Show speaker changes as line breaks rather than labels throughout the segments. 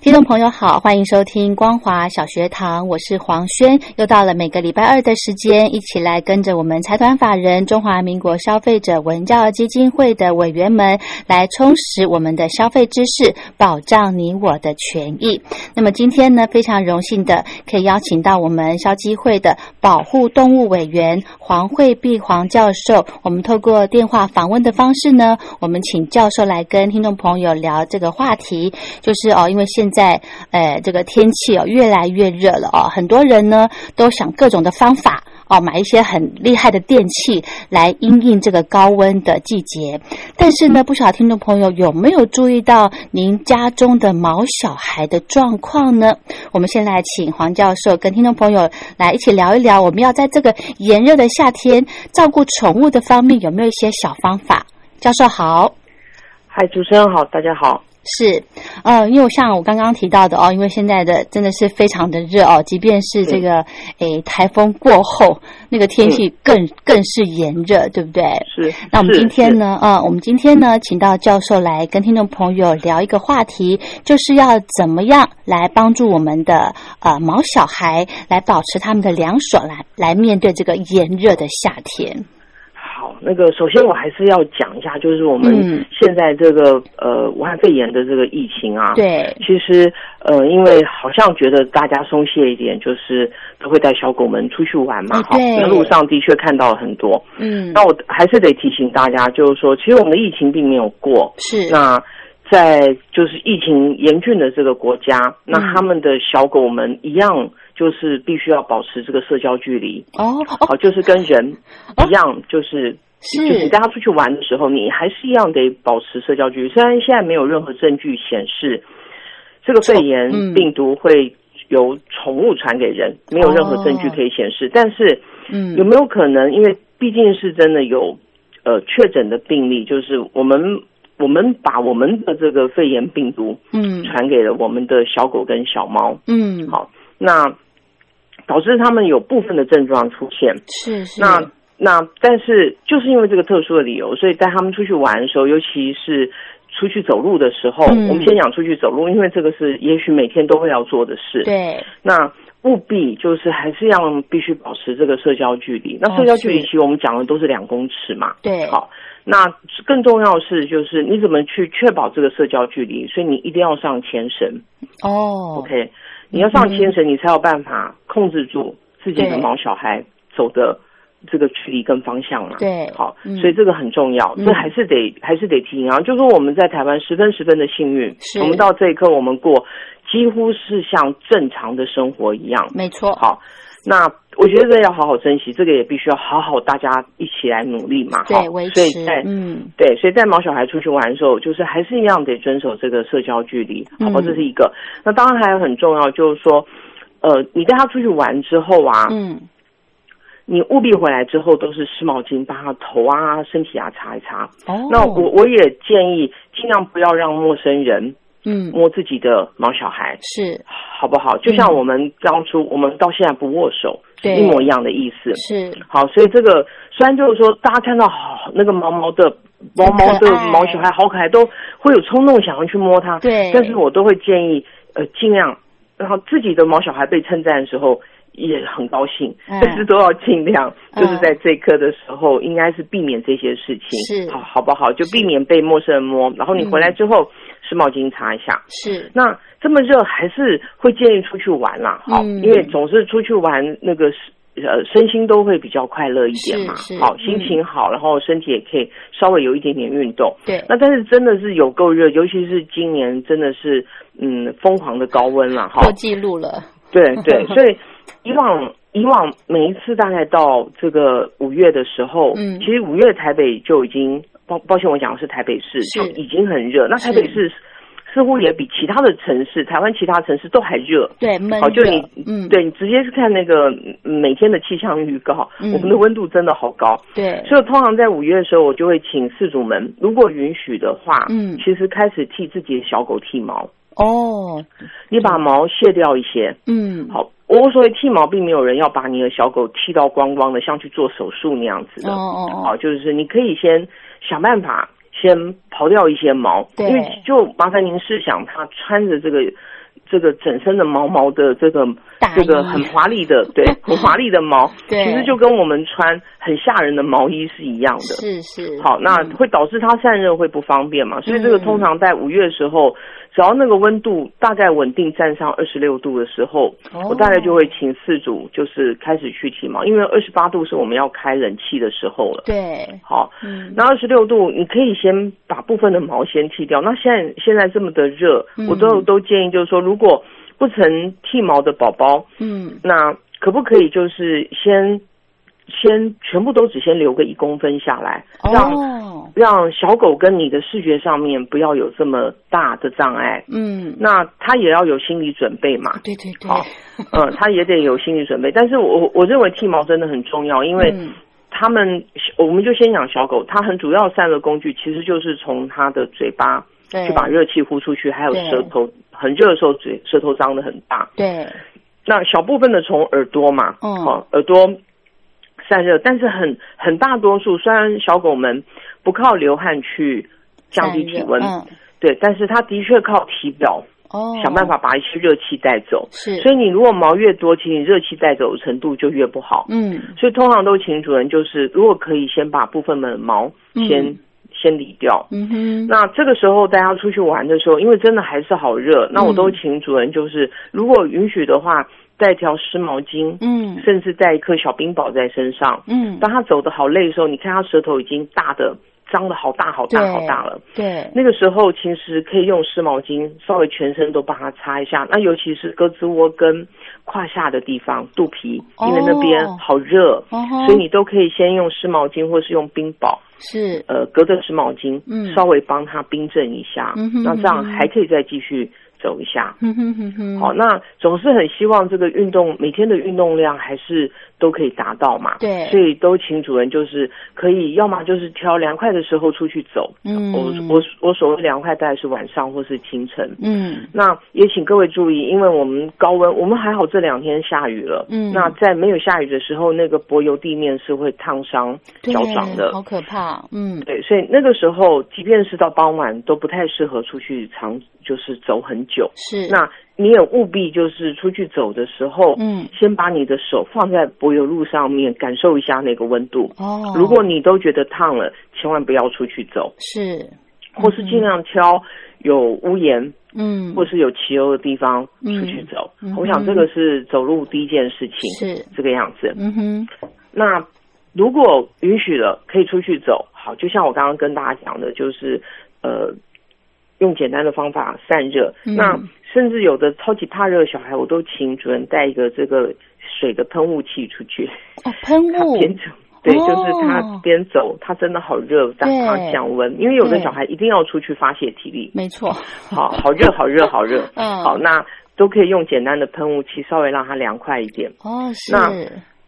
听众朋友好，欢迎收听光华小学堂，我是黄轩。又到了每个礼拜二的时间，一起来跟着我们财团法人中华民国消费者文教基金会的委员们，来充实我们的消费知识，保障你我的权益。那么今天呢，非常荣幸的可以邀请到我们消基会的保护动物委员黄惠碧黄教授。我们透过电话访问的方式呢，我们请教授来跟听众朋友聊这个话题。就是哦，因为现在呃这个天气哦越来越热了哦，很多人呢都想各种的方法哦，买一些很厉害的电器来因应这个高温的季节。但是呢，不晓得听众朋友有没有注意到您家中的毛小孩的状况呢？我们先来请黄教授跟听众朋友来一起聊一聊，我们要在这个炎热的夏天照顾宠物的方面有没有一些小方法？教授好。
嗨，主持人好，大家好。
是，呃，因为像我刚刚提到的哦，因为现在的真的是非常的热哦，即便是这个诶台风过后，那个天气更、更是炎热，对不对？
是。
那我们
是
今天呢，呃，我们今天呢，请到教授来跟听众朋友聊一个话题，就是要怎么样来帮助我们的呃毛小孩来保持他们的凉爽，来来面对这个炎热的夏天。
好，那个首先我还是要讲一下，就是我
嗯
们现在这个、呃武汉肺炎的这个疫情啊，，
对，
其实呃因为好像觉得大家松懈一点，就是都会带小狗们出去玩嘛，
哎
哈、
对
那路上的确看到了很多。
嗯
那，我还是得提醒大家，就是说，其实我们的疫情并没有过，
是，
那。在就是疫情严峻的这个国家，那
嗯
他们的小狗们一样，就是必须要保持这个社交距离。
哦哦，
好，就是跟人
哦
一样，就是
是
就是你带他出去玩的时候，你还是一样得保持社交距离。虽然现在没有任何证据显示这个肺炎
嗯
病毒会由宠物传给人，没有任何证据
哦
可以显示，但是
嗯，
有没有可能？因为毕竟是真的有呃确诊的病例，就是我们我们把我们的这个肺炎病毒
嗯
传给了我们的小狗跟小猫，
嗯，
好，那导致他们有部分的症状出现。
是是，
那那但是就是因为这个特殊的理由，所以带他们出去玩的时候，尤其是出去走路的时候，
嗯
我们先讲出去走路，因为这个是也许每天都会要做的事。，
对。
那务必就是还是要必须保持这个社交距离。那
哦
社交距离
是
其实我们讲的都是两公尺嘛。
对，
好，那更重要的是，就是你怎么去确保这个社交距离？所以你一定要上牵绳
哦
，OK？你要上牵绳，你才有办法控制住自己的毛小孩走的这个距离跟方向嘛。
对
好
嗯，
所以这个很重要，
嗯
这还是得还是得提醒啊。就说我们在台湾十分十分的幸运
是，
我们到这一刻我们过，几乎是像正常的生活一样。
没错，
好，那我觉得要好好珍惜，这个也必须要好好大家一起来努力嘛。哈
对，维
所以
持
在，
嗯，
对，所以带毛小孩出去玩的时候，就是还是一样得遵守这个社交距离，好吧？
嗯
这是一个。那当然还有很重要，就是说，呃，你带他出去玩之后啊，
嗯，
你务必回来之后都是湿毛巾把他头啊、身体啊擦一擦。
哦，
那我我也建议尽量不要让陌生人
嗯
摸自己的毛小孩，
是
好不好？就像我们当初，我们到现在不握手是
嗯对
一模一样的意思。
是，
好，所以这个虽然就是说，大家看到好那个毛毛的毛毛
很
的
可爱
毛小孩好可爱，都会有冲动想要去摸它。
对
但是我都会建议，呃，尽量，然后自己的毛小孩被称赞的时候也很高兴，
嗯
但是都要尽量，
嗯
就是在这一刻的时候，应该是避免这些事情，
是
好好不好？就避免被陌生人摸，然后你回来之后，湿毛巾擦一下。
是
那这么热，还是会建议出去玩啦，好，
嗯
因为总是出去玩，那个是呃身心都会比较快乐一点嘛
是是，
好，
嗯
心情好，然后身体也可以稍微有一点点运动。
对，
那但是真的是有够热，尤其是今年真的是嗯疯狂的高温了哈，
破纪录了，
对 对，所以以往以往每一次大概到这个五月的时候，
嗯
其实五月台北就已经抱抱歉，我讲的是台北市
是
就已经很热，那台北市似乎也比其他的城市，台湾其他城市都还热。
对，闷
好，就
热
你，
嗯，
对你直接是看那个嗯每天的气象预告，
嗯
我们的温度真的好高，
对，
所以通常在五月的时候，我就会请饲主们，如果允许的话，
嗯
其实开始替自己的小狗剃毛，
哦，
你把毛卸掉一些，
嗯，
好，我所谓剃毛，并没有人要把你的小狗剃到光光的，像去做手术那样子的。
哦哦哦
好，就是你可以先想办法，先刨掉一些毛，
对
因为就麻烦您试想，它穿着这个这个整身的毛毛的这个
大
这个
衣
很华丽的， 对，很华丽的毛，
对
其实就跟我们穿很吓人的毛衣是一样的。
是是，
好，那
嗯
会导致它散热会不方便嘛？所以这个
嗯
通常在五月的时候，只要那个温度大概稳定站上二十六度的时候，
哦
我大概就会请饲主就是开始去剃毛，因为二十八度是我们要开冷气的时候了。
对，
好，
嗯，
那二十六度你可以先把部分的毛先剃掉。那现在现在这么的热，
嗯
我都都建议就是说，如果不曾剃毛的宝宝，
嗯，
那可不可以就是先先全部都只先留个一公分下来，让
哦，
让小狗跟你的视觉上面不要有这么大的障碍。
嗯，哦
那它也要有心理准备 嘛，
对对对，
好嗯，它也得有心理准备。但是我我认为剃毛真的很重要，因为
嗯
它们，我们就先讲小狗，它很主要散热工具其实就是从它的嘴巴
对
去把热气呼出去，还有
对
舌头，很热的时候嘴舌头张得很大。
对，
那小部分的从耳朵嘛，
嗯
哦，耳朵散热，但是很很大多数，虽然小狗们不靠流汗去降低
散
体
热
温，
嗯，
对，但是它的确靠体表、
哦，
想办法把一些热气带走。
是，
所以你如果毛越多，其实你热气带走的程度就越不好。
嗯，
所以通常都请主人就是，如果可以先把部分的毛先、
嗯
先理掉。
嗯哼，
那这个时候大家出去玩的时候，因为真的还是好热，那我
嗯
都请主人就是，如果允许的话，带一条湿毛巾，
嗯
甚至带一颗小冰雹在身上。
嗯，
当他走的好累的时候，你看他舌头已经大的张的好大好大
对
好大了。
对，
那个时候其实可以用湿毛巾稍微全身都帮它擦一下，那尤其是胳肢窝跟胯下的地方、肚皮，
哦
因为那边好热，
哦吼
所以你都可以先用湿毛巾或是用冰雹，
是，
呃，隔着湿毛巾，
嗯
稍微帮它冰镇一下，
嗯哼
那这样
嗯哼
还可以再继续走一下。
哼嗯哼哼哼，
好，，那总是很希望这个运动每天的运动量还是都可以达到嘛。
对
所以都请主人就是可以，要么就是挑凉快的时候出去走。
嗯
我我我所谓凉快，大概是晚上或是清晨。
嗯，
那也请各位注意，因为我们高温，我们还好这两天下雨了。
嗯
那在没有下雨的时候，那个柏油地面是会烫伤
对
脚掌的。
好可怕，嗯，
对，所以那个时候，即便是到傍晚，都不太适合出去长，就是走很久。
是，
那你也务必就是出去走的时候，
嗯
先把你的手放在柏油路上面，感受一下那个温度。
哦，
如果你都觉得烫了，千万不要出去走，
是，
或是尽量挑有屋檐
嗯，
或是有骑楼的地方
嗯
出去走。
嗯
我想这个是走路第一件事情，
是，嗯
这个样子。
嗯哼，
那如果允许了，可以出去走。好，就像我刚刚跟大家讲的，就是呃，用简单的方法散热。
嗯
那甚至有的超级怕热的小孩，我都请主人带一个这个水的喷雾器出去，
哦，喷
他
雾，
边走。对，就是
哦
他边走，他真的好热，但他
对
降温，因为有的
对
小孩一定要出去发泄体力，
没错，
好好热，好热，好热，
嗯
好，那都可以用简单的喷雾器稍微让它凉快一点。
哦，是，
那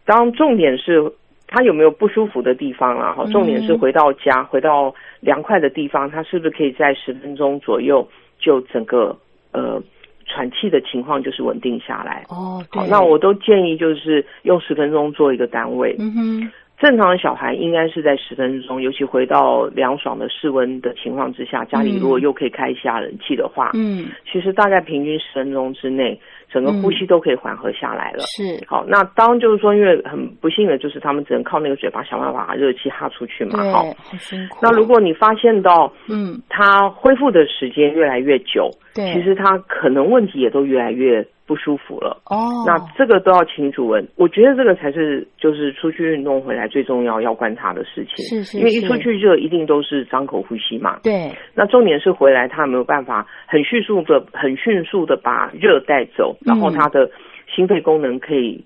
当然，重点是他有没有不舒服的地方啦、啊。好，
嗯
重点是回到家，回到凉快的地方，他是不是可以在十分钟左右就整个呃喘气的情况就是稳定下来？
哦，
好，
对，
那我都建议就是用十分钟做一个单位。
嗯哼，
正常的小孩应该是在十分钟，尤其回到凉爽的室温的情况之下，家里如果
嗯
又可以开一下冷气的话，
嗯，
其实大概平均十分钟之内，整个呼吸都可以缓和下来了。
是，
好，那当然就是说，因为很不幸的就是他们只能靠那个嘴巴想办法把热气哈出去嘛。
对，
好，
好辛苦。
那如果你发现到
嗯，
他恢复的时间越来越久，
对，
其实他可能问题也都越来越不舒服了。
哦，
那这个都要请主人，我觉得这个才是就是出去运动回来最重要要观察的事情。
是是
因为一
是
出去热，一定都是张口呼吸嘛。
对，
那重点是回来他有没有办法很迅速的、很迅速的把热带走，然
嗯
后他的心肺功能可以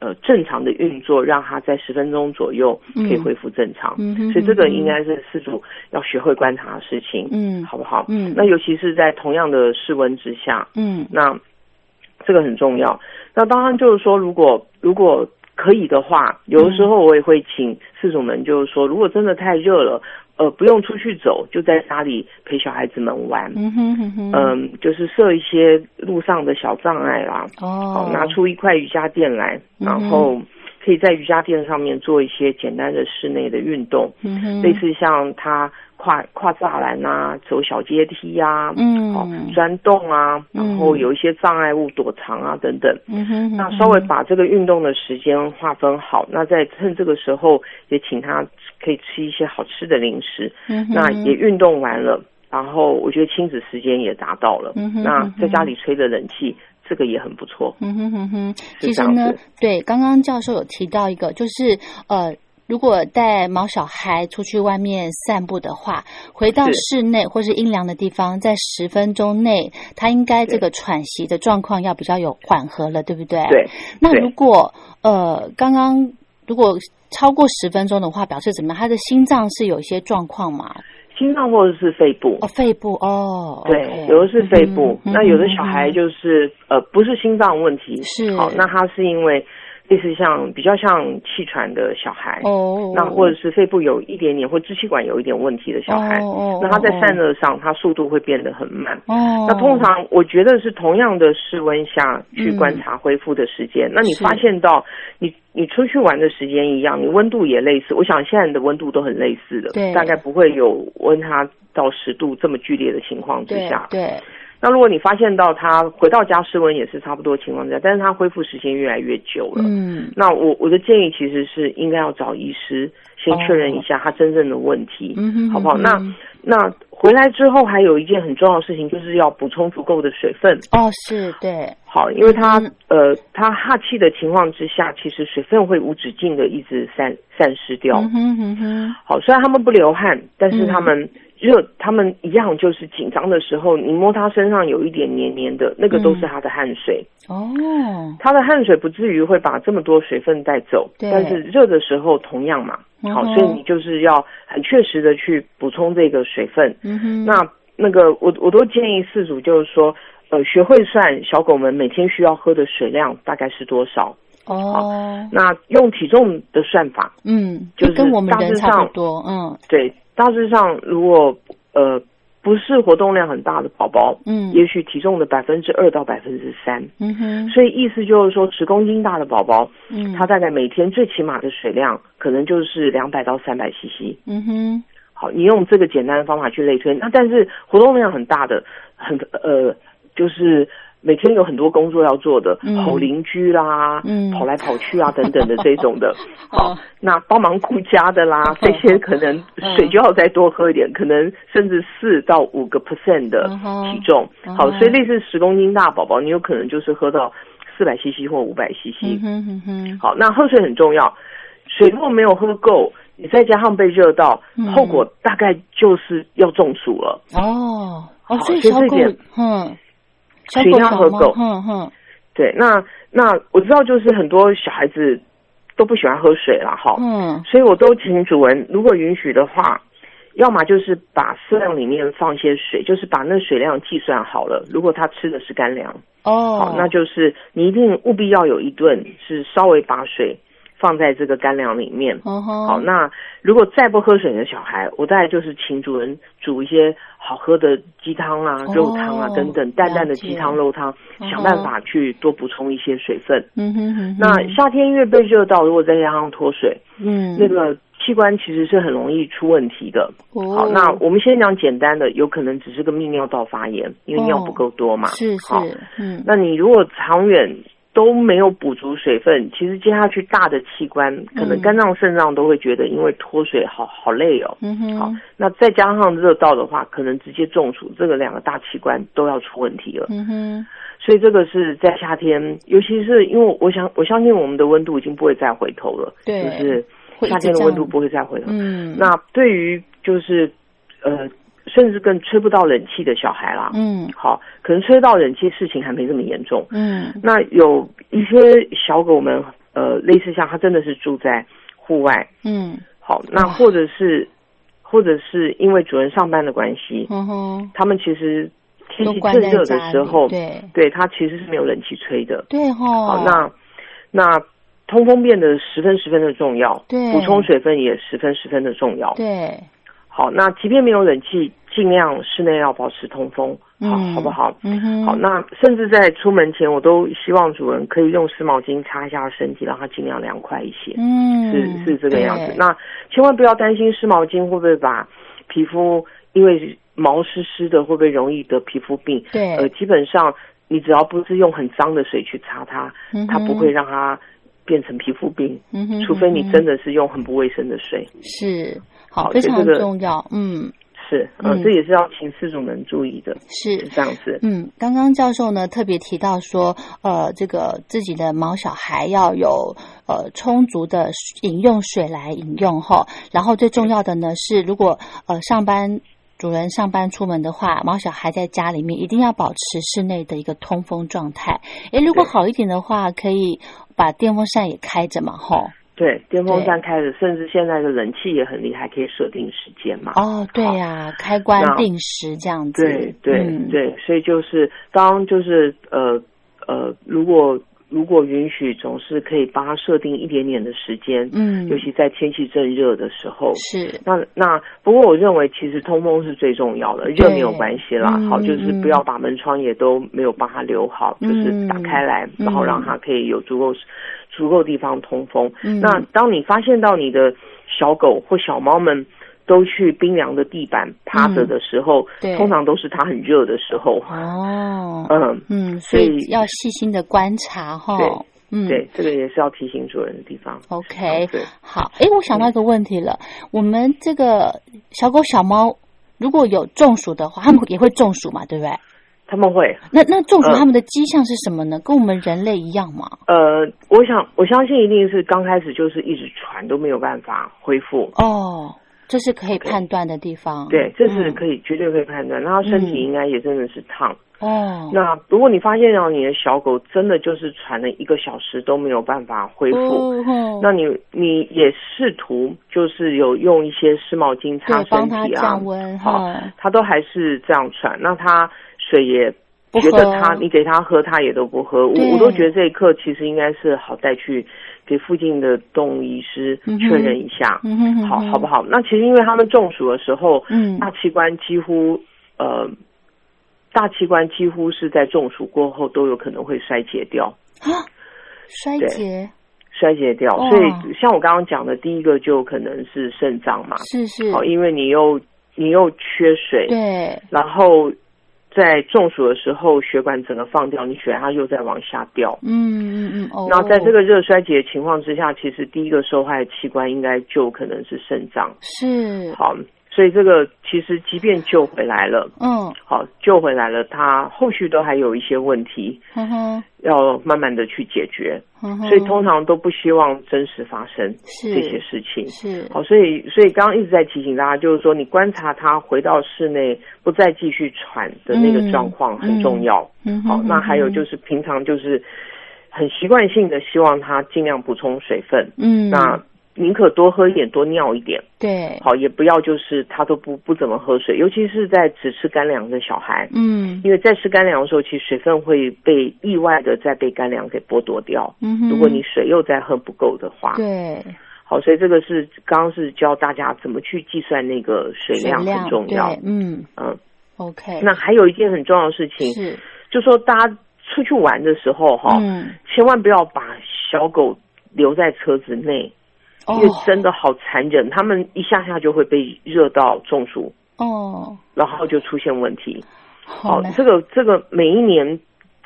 呃正常的运作，让他在十分钟左右可以恢复正常。
嗯哼，
所以这个应
嗯
该是饲主要学会观察的事情，
嗯
好不好？
嗯
那尤其是在同样的室温之下，
嗯
那这个很重要。那当然就是说，如果如果可以的话，有的
嗯
时候我也会请饲主们，就是说，如果真的太热了，呃，不用出去走，就在家里陪小孩子们玩。
嗯哼哼哼，
嗯、，就是设一些路上的小障碍啦，
哦
好，，拿出一块瑜伽垫来，
嗯
然后可以在瑜伽垫上面做一些简单的室内的运动，
嗯哼，
类似像他跨跨栅栏啊，走小阶梯呀、啊，
嗯，
哦，钻洞啊，
嗯
然后有一些障碍物躲藏啊等等。
嗯哼哼，
那稍微把这个运动的时间划分好，那再趁这个时候也请他可以吃一些好吃的零食。
嗯哼
那也运动完了，然后我觉得亲子时间也达到了。
嗯哼
那
嗯哼
在家里吹着冷气，这个也很不错。
嗯哼哼哼，
是
其
这
实
样
呢
子，
对，刚刚教授有提到一个，就是呃，如果带毛小孩出去外面散步的话，回到
是
室内或是阴凉的地方，在十分钟内，他应该这
对
个喘息的状况要比较有缓和了，对不对？。
对，
那
对
如果呃，刚刚如果超过十分钟的话，表示怎么样？他的心脏是有一些状况嘛？
心脏或者是肺部。
哦，肺部哦，
对，
OK
有的是肺部，
嗯哼
那有的
嗯哼
小
嗯哼
孩就是呃不是心脏问题，
是
好，那他是因为类似像比较像气喘的小孩，
哦，
那或者是肺部有一点点或支气管有一点问题的小孩，
哦哦
那他在
哦
散热上，他速度会变得很慢。
哦，
那通常我觉得是同样的室温下去观察恢复的时间。那你
嗯是
发现到你你出去玩的时间一样，你温度也类似。我想现在的温度都很类似的
对，
大概不会有温差到十度这么剧烈的情况之
对
下。
对，
那如果你发现到他回到家室温也是差不多的情况之下，但是他恢复时间越来越久了，
嗯。
那我我的建议其实是应该要找医师先确认一下他真正的问题，
嗯哼
好不好？
嗯
那
哼
那回来之后还有一件很重要的事情，就是要补充足够的水分。
哦，是对，
好，因为他、
嗯
呃他哈气的情况之下，其实水分会无止境的一直散散失掉。
嗯哼哼哼，
好，虽然他们不流汗，但是
嗯
他们热，他们一样就是紧张的时候，你摸他身上有一点黏黏的，那个都是
嗯
他的汗水。
哦，
它的汗水不至于会把这么多水分带走，
对
但是热的时候同样嘛，好
嗯，哼
所以你就是要很确实的去补充这个水分。
嗯哼，
那那个我我都建议饲主就是说，呃，学会算小狗们每天需要喝的水量大概是多少，
哦，
那用体重的算法，
嗯，
就
跟
是
我们
大
人
致
差不
上
多，嗯
对，大致上如果呃不是活动量很大的宝宝，
嗯
也许体重的百分之二到百分之三，
嗯哼，
所以意思就是说十公斤大的宝宝。
嗯，
它大概每天最起码的水量可能就是两百到三百 CC。
嗯哼，
好，你用这个简单的方法去类推，那但是活动量很大的，很呃，就是每天有很多工作要做的，
嗯
吼邻居啦，
嗯
跑来跑去啊等等的这种的。
哦
好，那帮忙顾家的啦，这些可能
嗯
水就要再多喝一点，可能甚至四到五个 percent 的
嗯哼
体重。
嗯
好，
哼
所以类似十公斤大宝宝，你有可能就是喝到四百 CC 或五百 CC。
嗯哼嗯哼，
好，那喝水很重要。水如果没有喝够，你再加上被热到
嗯，
后果大概就是要中暑了。
哦哦，
好
所以
所以
小
这
狗
点，
嗯，小
水
狗
量
少
和
吗
狗
嗯哼，
对，那那我知道，就是很多小孩子都不喜欢喝水啦，哈，
嗯
所以我都请主人，如果允许的话，要么就是把饲料里面放些水，就是把那水量计算好了。如果他吃的是干粮，
哦
好，，那就是你一定务必要有一顿是稍微把水放在这个干粮里面。
嗯哼，
好，那如果再不喝水的小孩，我大概就是请主人煮一些好喝的鸡汤啊、
哦
肉汤啊等等，淡淡
了
的
解
鸡汤、肉汤，
嗯哼
想办法去多补充一些水分。
嗯哼哼哼，
那夏天因为被热到，如果再加上脱水，
嗯
那个器官其实是很容易出问题的。
哦
好，那我们先讲简单的，有可能只是个泌尿道发炎，因为尿不够多嘛。
哦是
好，
是，嗯
那你如果长远都没有补足水分，其实接下去大的器官，可能
嗯
肝脏、肾脏都会觉得因为脱水好好累哦。
嗯
好
哼，
那再加上热到的话，可能直接中暑，这个两个大器官都要出问题了。
嗯哼，
所以这个是在夏天，尤其是因为我想我相信我们的温度已经不会再回头了，
对
就是
会一
夏
直
天的
这
温
样
度不会再回头。
嗯
那对于就是呃，甚至更吹不到冷气的小孩啦，
嗯
好，可能吹到冷气事情还没这么严重。
嗯
那有一些小狗们，呃，类似像它真的是住在户外，
嗯
好，那或者是或者是因为主人上班的关系，
嗯哼，
他们其实天
都
气
关
最
在
热的
家
时
里
候，
对哦
对它其实是没有冷气吹的。
对
好，
哈，
那那通风变得十分十分的重要，
对
补充水分也十分十分的重要。
对，
好，那即便没有冷气，尽量室内要保持通风，好、
嗯
好不好？
嗯哼，
好，那甚至在出门前，我都希望主人可以用湿毛巾擦一下身体，让它尽量凉快一些，
嗯
是是这个样子
对。
那千万不要担心湿毛巾会不会把皮肤，因为毛湿湿的会不会容易得皮肤病？
对
呃，基本上你只要不是用很脏的水去擦它，
嗯
它不
哼
会让它变成皮肤病，
嗯哼，
除非你
嗯哼嗯
真的是用很不卫生的水。
是好，
好
非
所以
常
这个
重要，嗯
是，呃、
嗯
这也是要请饲主们注意的，
是
是。这样子。
嗯，刚刚教授呢特别提到说，呃，这个自己的毛小孩要有呃充足的水饮用水来饮用后，然后最重要的呢是，如果呃上班主人上班出门的话，毛小孩在家里面一定要保持室内的一个通风状态。诶，如果
对
好一点的话，可以把电风扇也开着嘛，吼。
对，电风扇开着，甚至现在的冷气也很厉害，可以设定时间嘛。
哦，对
好
呀、开关
那
定时这样子。
对对、
嗯、
对，所以就是当就是呃呃，如果如果允许，总是可以帮他设定一点点的时间，
嗯
尤其在天气正热的时候。
是，
那那不过我认为其实通风是最重要的，热没有关系啦，
嗯
好就是
嗯
不要把门窗也都没有帮他留好，就是打开来，
嗯
然后让它可以有足够足够地方通风。
嗯
那当你发现到你的小狗或小猫们都去冰凉的地板趴着的时候，
嗯对
通常都是它很热的时候。
哦，
嗯，
嗯，所
所以
以要细心的观察哈。
对
嗯，
对，这个也是要提醒主人的地方。
哦，OK，
对，
好。诶，我想到一个问题了，我们这个小狗、小猫如果有中暑的话，它们也会中暑嘛，对不对？
他们会
那那中暑
嗯
它们的迹象是什么呢？跟我们人类一样吗？
呃，我想我相信一定是刚开始就是一直喘都没有办法恢复。
哦，这是可以判断的地方。
对，这是
嗯
可以、绝对可以判断。那它身
嗯
体应该也真的是烫。
哦，
那如果你发现到你的小狗真的就是喘了一个小时都没有办法恢复，
哦
那你你也试图就是有用一些湿毛巾擦
对，帮
身
它
体啊
降，温
好
哈。
它都还是这样喘，那它水也
不
觉得
喝
它你给它喝，它也都不喝。我
对
我都觉得这一刻其实应该是好带去给附近的动物医师
嗯哼
确认一下，
嗯哼哼
好
哼
好不好？那其实因为他们中暑的时候，
嗯
大器官几乎呃。大器官几乎是在中暑过后都有可能会衰竭掉，
啊， 衰
对
竭
衰竭掉。
哇
所以像我刚刚讲的，第一个就可能是肾脏嘛，
是是，
好，因为你又你又缺水，
对，
然后在中暑的时候血管整个放掉，你血压又在往下掉。
嗯嗯嗯，哦，
那在这个热衰竭的情况之下，其实第一个受害的器官应该就可能是肾脏。
是
好，所以这个其实即便救回来了，
嗯，
好救回来了，它后续都还有一些问题
哼哼，
要慢慢的去解决，
哼哼，
所以通常都不希望真实发生这些
是
事情。
嗯是，
好，所以所以刚刚一直在提醒大家，就是说你观察他回到室内不再继续喘的那个状况很重要。
嗯哼
好，那还有就，是平常就是很习惯性的希望他尽量补充水分，
嗯，
那宁可多喝一点，多尿一点，
对，
好也不要就是他都不不怎么喝水，尤其是在只吃干粮的小孩。
嗯
因为在吃干粮的时候，其实水分会被意外的再被干粮给剥夺掉。
嗯哼，
如果你水又再喝不够的话，
对
好，所以这个是刚刚是教大家怎么去计算那个水量很重要。
对嗯
嗯，
，OK，
那还有一件很重要的事情，
是
就说大家出去玩的时候哈、
嗯
千万不要把小狗留在车子内，
哦
因为真的好残忍，它们一下下就会被热到中暑，
哦，
然后就出现问题。
好嘞，
这个这个每一年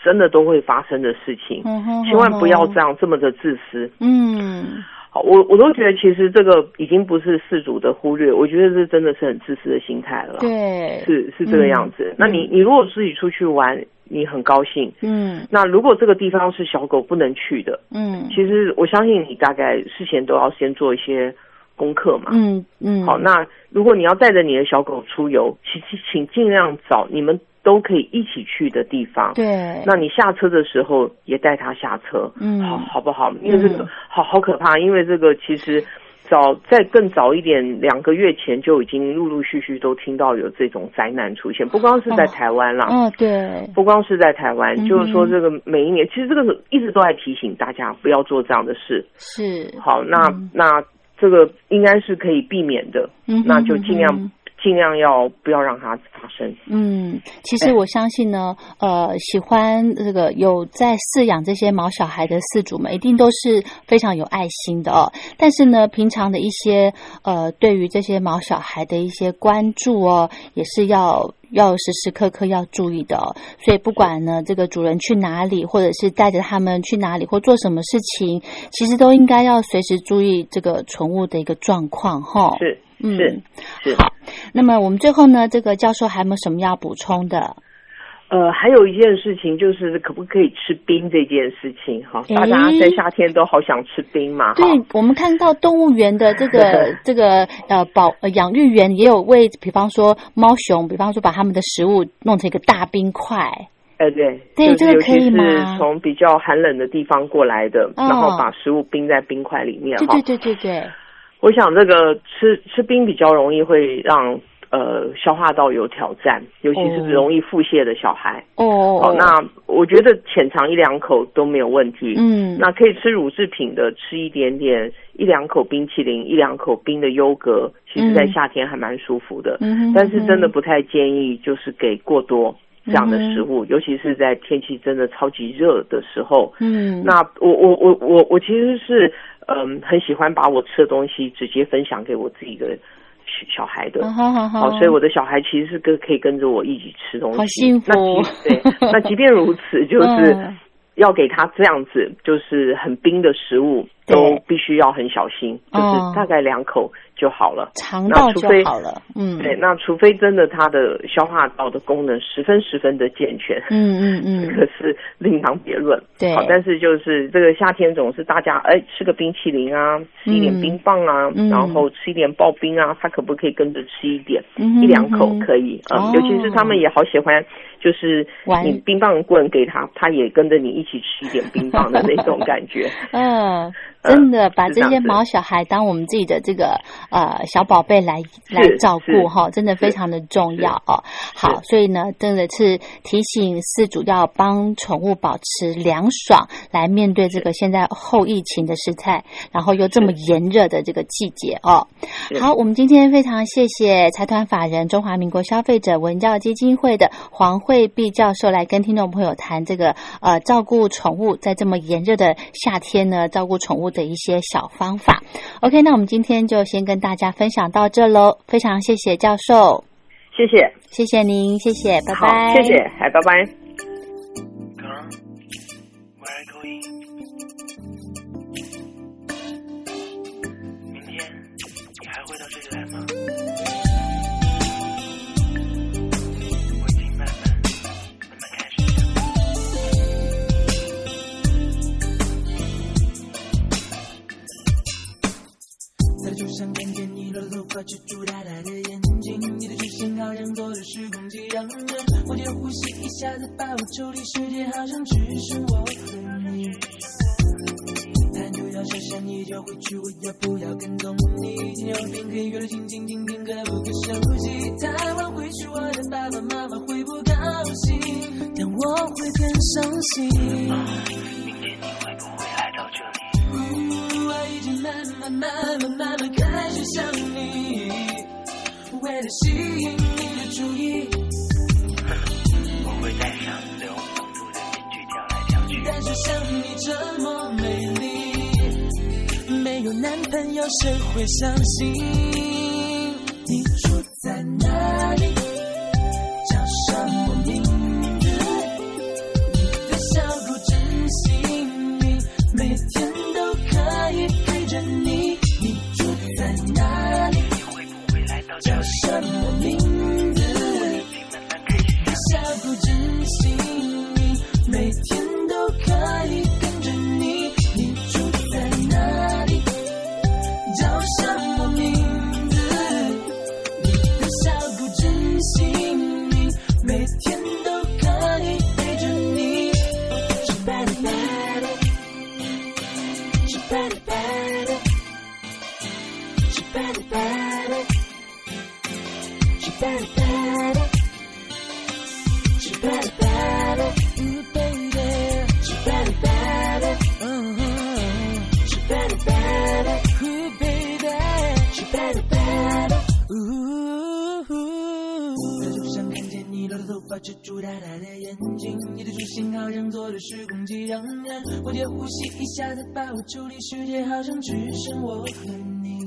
真的都会发生的事情，
嗯哼，
千万不要
嗯
这样这么的自私。
嗯，
好，我我都觉得其实这个已经不是事主的忽略，我觉得这真的是很自私的心态了。，
对，嗯
是是这个样子。那你你如果自己出去玩，你很高兴。
嗯
那如果这个地方是小狗不能去的，
嗯
其实我相信你大概事前都要先做一些功课嘛。
嗯嗯，
好，那如果你要带着你的小狗出游，请请请尽量找你们都可以一起去的地方。
对，
那你下车的时候也带它下车，
嗯
好好不好？因为这个、
嗯
好好可怕，因为这个其实早在更早一点，两个月前就已经陆陆续续都听到有这种灾难出现，不光是在
哦
台湾啦，
嗯对，
不光是在台湾，
嗯哼
就是说这个每一年，其实这个一直都在提醒大家不要做这样的事。
是，
好，那、
嗯
那这个应该是可以避免的，
嗯哼
那就尽量、
嗯哼
尽量要不要让它发生。
嗯，其实我相信呢，呃，喜欢这个有在饲养这些毛小孩的饲主们，一定都是非常有爱心的哦。但是呢，平常的一些呃，对于这些毛小孩的一些关注哦，也是要要时时刻刻要注意的哦。所以不管呢，这个主人去哪里，或者是带着他们去哪里或做什么事情，其实都应该要随时注意这个宠物的一个状况哈、哦。
是
嗯，
是是。
那么我们最后呢，这个教授还有没有什么要补充的？
呃，还有一件事情就是可不可以吃冰这件事情哈，
诶
大家在夏天都好想吃冰嘛哈。
对我们看到动物园的这个这个呃保呃养育员也有为，比方说猫熊，比方说把它们的食物弄成一个大冰块，
哎对，
对
就
这
是
个
尤
可以
其
吗
是从比较寒冷的地方过来的，
哦
然后把食物冰在冰块里面
对
哈
对。对对对，
我想这个吃吃冰比较容易会让呃消化道有挑战，尤其是
哦
容易腹泻的小孩。
哦
哦
哦，，
那我觉得浅尝一两口都没有问题。
嗯
那可以吃乳制品的，吃一点点，一两口冰淇淋，一两口冰的优格，其实在
嗯
夏天还蛮舒服的。
嗯哼，
但是真的
嗯
不太建议，就是给过多这样的食物，尤其是在天气真的超级热的时候。
嗯
那我我我我我其实是嗯很喜欢把我吃的东西直接分享给我自己的小小孩的。
嗯好好好，
好，所以我的小孩其实是跟可以跟着我一起吃东西，
好幸福
那即对， 那即便如此，就是
嗯
要给他这样子，就是很冰的食物，
对哦
都必须要很小心，就是大概两口就好了。
肠道
那除
就
非
好了，嗯
对，那除非真的他的消化道的功能十分十分的健全，
嗯嗯
这
嗯，
个是另当别论。
对
好，但是就是这个夏天总是大家哎吃个冰淇淋啊，吃一点
嗯
冰棒啊，
嗯
然后吃一点刨冰啊，他可不可以跟着吃一点？
嗯哼
一两口
嗯哼
可以，嗯，
哦
尤其是他们也好喜欢，就是
玩
你冰棒棍给他，他也跟着你一起吃一点冰棒的那种感 觉。
嗯，真的把
呃是
这
这样
些
子
毛小孩当我们自己的这个呃小宝贝来
是
来照
是
顾哈，真的非常的重要哦。好，所以呢，真的是提醒饲主要帮宠物保持凉爽，来面对这个现在后疫情的时态，然后又这么炎热的这个季节哦。
是
好，我们今天非常谢谢财团法人中华民国消费者文教基金会的黄惠碧教授来跟听众朋友谈这个呃照顾宠物在这么炎热的夏天呢，照顾宠物的一些小方法。OK，那我们今天就先跟大家分享到这喽，非常谢谢教授，
谢谢，
谢谢您，谢谢，拜
好
拜，，
谢谢，哎，拜拜。
Girl, where are you going？明天你还会到这里来吗？
想看见你裸露挂住猪大大的眼睛，你的出现好像坐着时光机让人，我的呼吸一下子把我抽离，世界好像只剩我和你。但就要下山，你就回去，我要不要跟踪你？你有病可以约着静静听听，可不可休息？太晚回去，我的爸爸妈妈会不高兴，但我会更伤心。我已经慢慢、慢慢、慢慢开始想你，为了吸引你的注意，
我会戴上流氓族的面具跳来跳去。
但是像你这么美丽，没有男朋友谁会相信？你住在哪里？叫什么名字？你的笑容真心灵，每天都可以陪着你。你住在哪里？
你会不会来到这
叫
里？
什么名字？
请慢慢开始想。
笑不真心，每天都可以跟着你。你住在哪里？叫什么名字？你的笑不真心，每天都可以陪着你。She better, better, ooh baby. She better, better, uh-huh. She better, better, ooh baby. She better, better, ooh. 在路上看见你的头发遮住大大的眼睛，你的出现好像坐着时光机让人，我的呼吸一下子把我抽离，世界好像只剩我和你。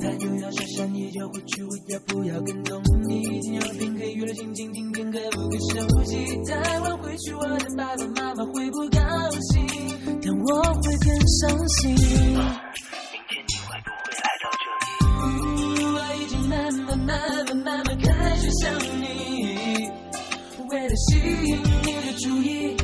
但又要下山，你就回去，我要不要跟踪你？你有病可以约着静静听听，可不可休息？太晚回去，我的爸爸妈妈会不高兴，但我会更伤心。
明天你会不会来到这里？
我已经慢慢、慢慢、慢慢开始想你，为了吸引你的注意。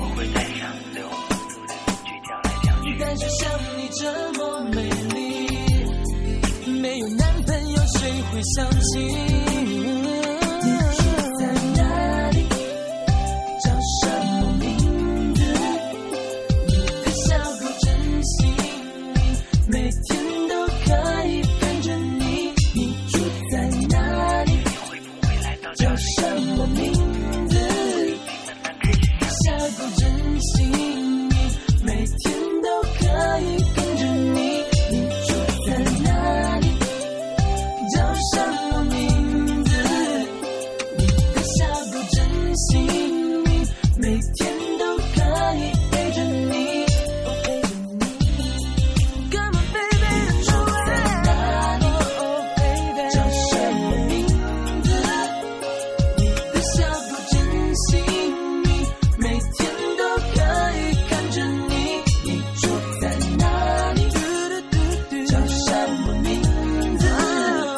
我会戴上流氓族的面具跳来跳去。
但是像你这么美丽，没有男朋友谁会相信？你住在哪里？叫什么名字？你的笑够真心，每天都可以跟着你。你住在哪里？
你会不会来到这
叫
里？
什么名字？
请慢慢开始想。
下够真心，每天都可以跟着你。你住在哪里？叫什么名字？你的笑够真心，每天都可以陪着你。哦陪着你，Come on baby，你住在哪里？哦 baby，叫什么名字？你的笑够真心，每天都可以看着你。你住在哪里？叫什么名字？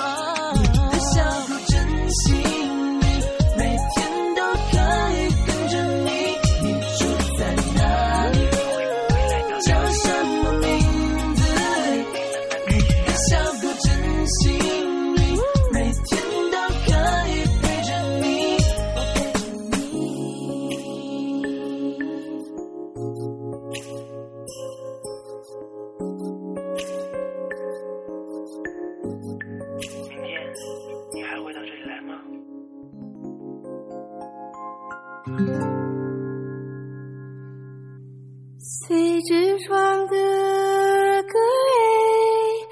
你的笑够真心，每天都可以跟着你。你住在哪里？叫什么名字？你的笑够真心，每天都可以陪着你。
明天你还会到这里来吗？
随着窗的歌泪，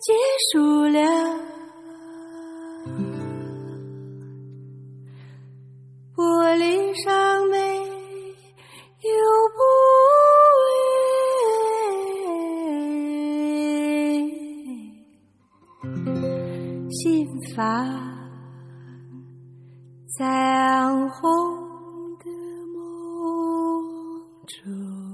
结束了玻璃上没有不悦，心房在暗红的梦中。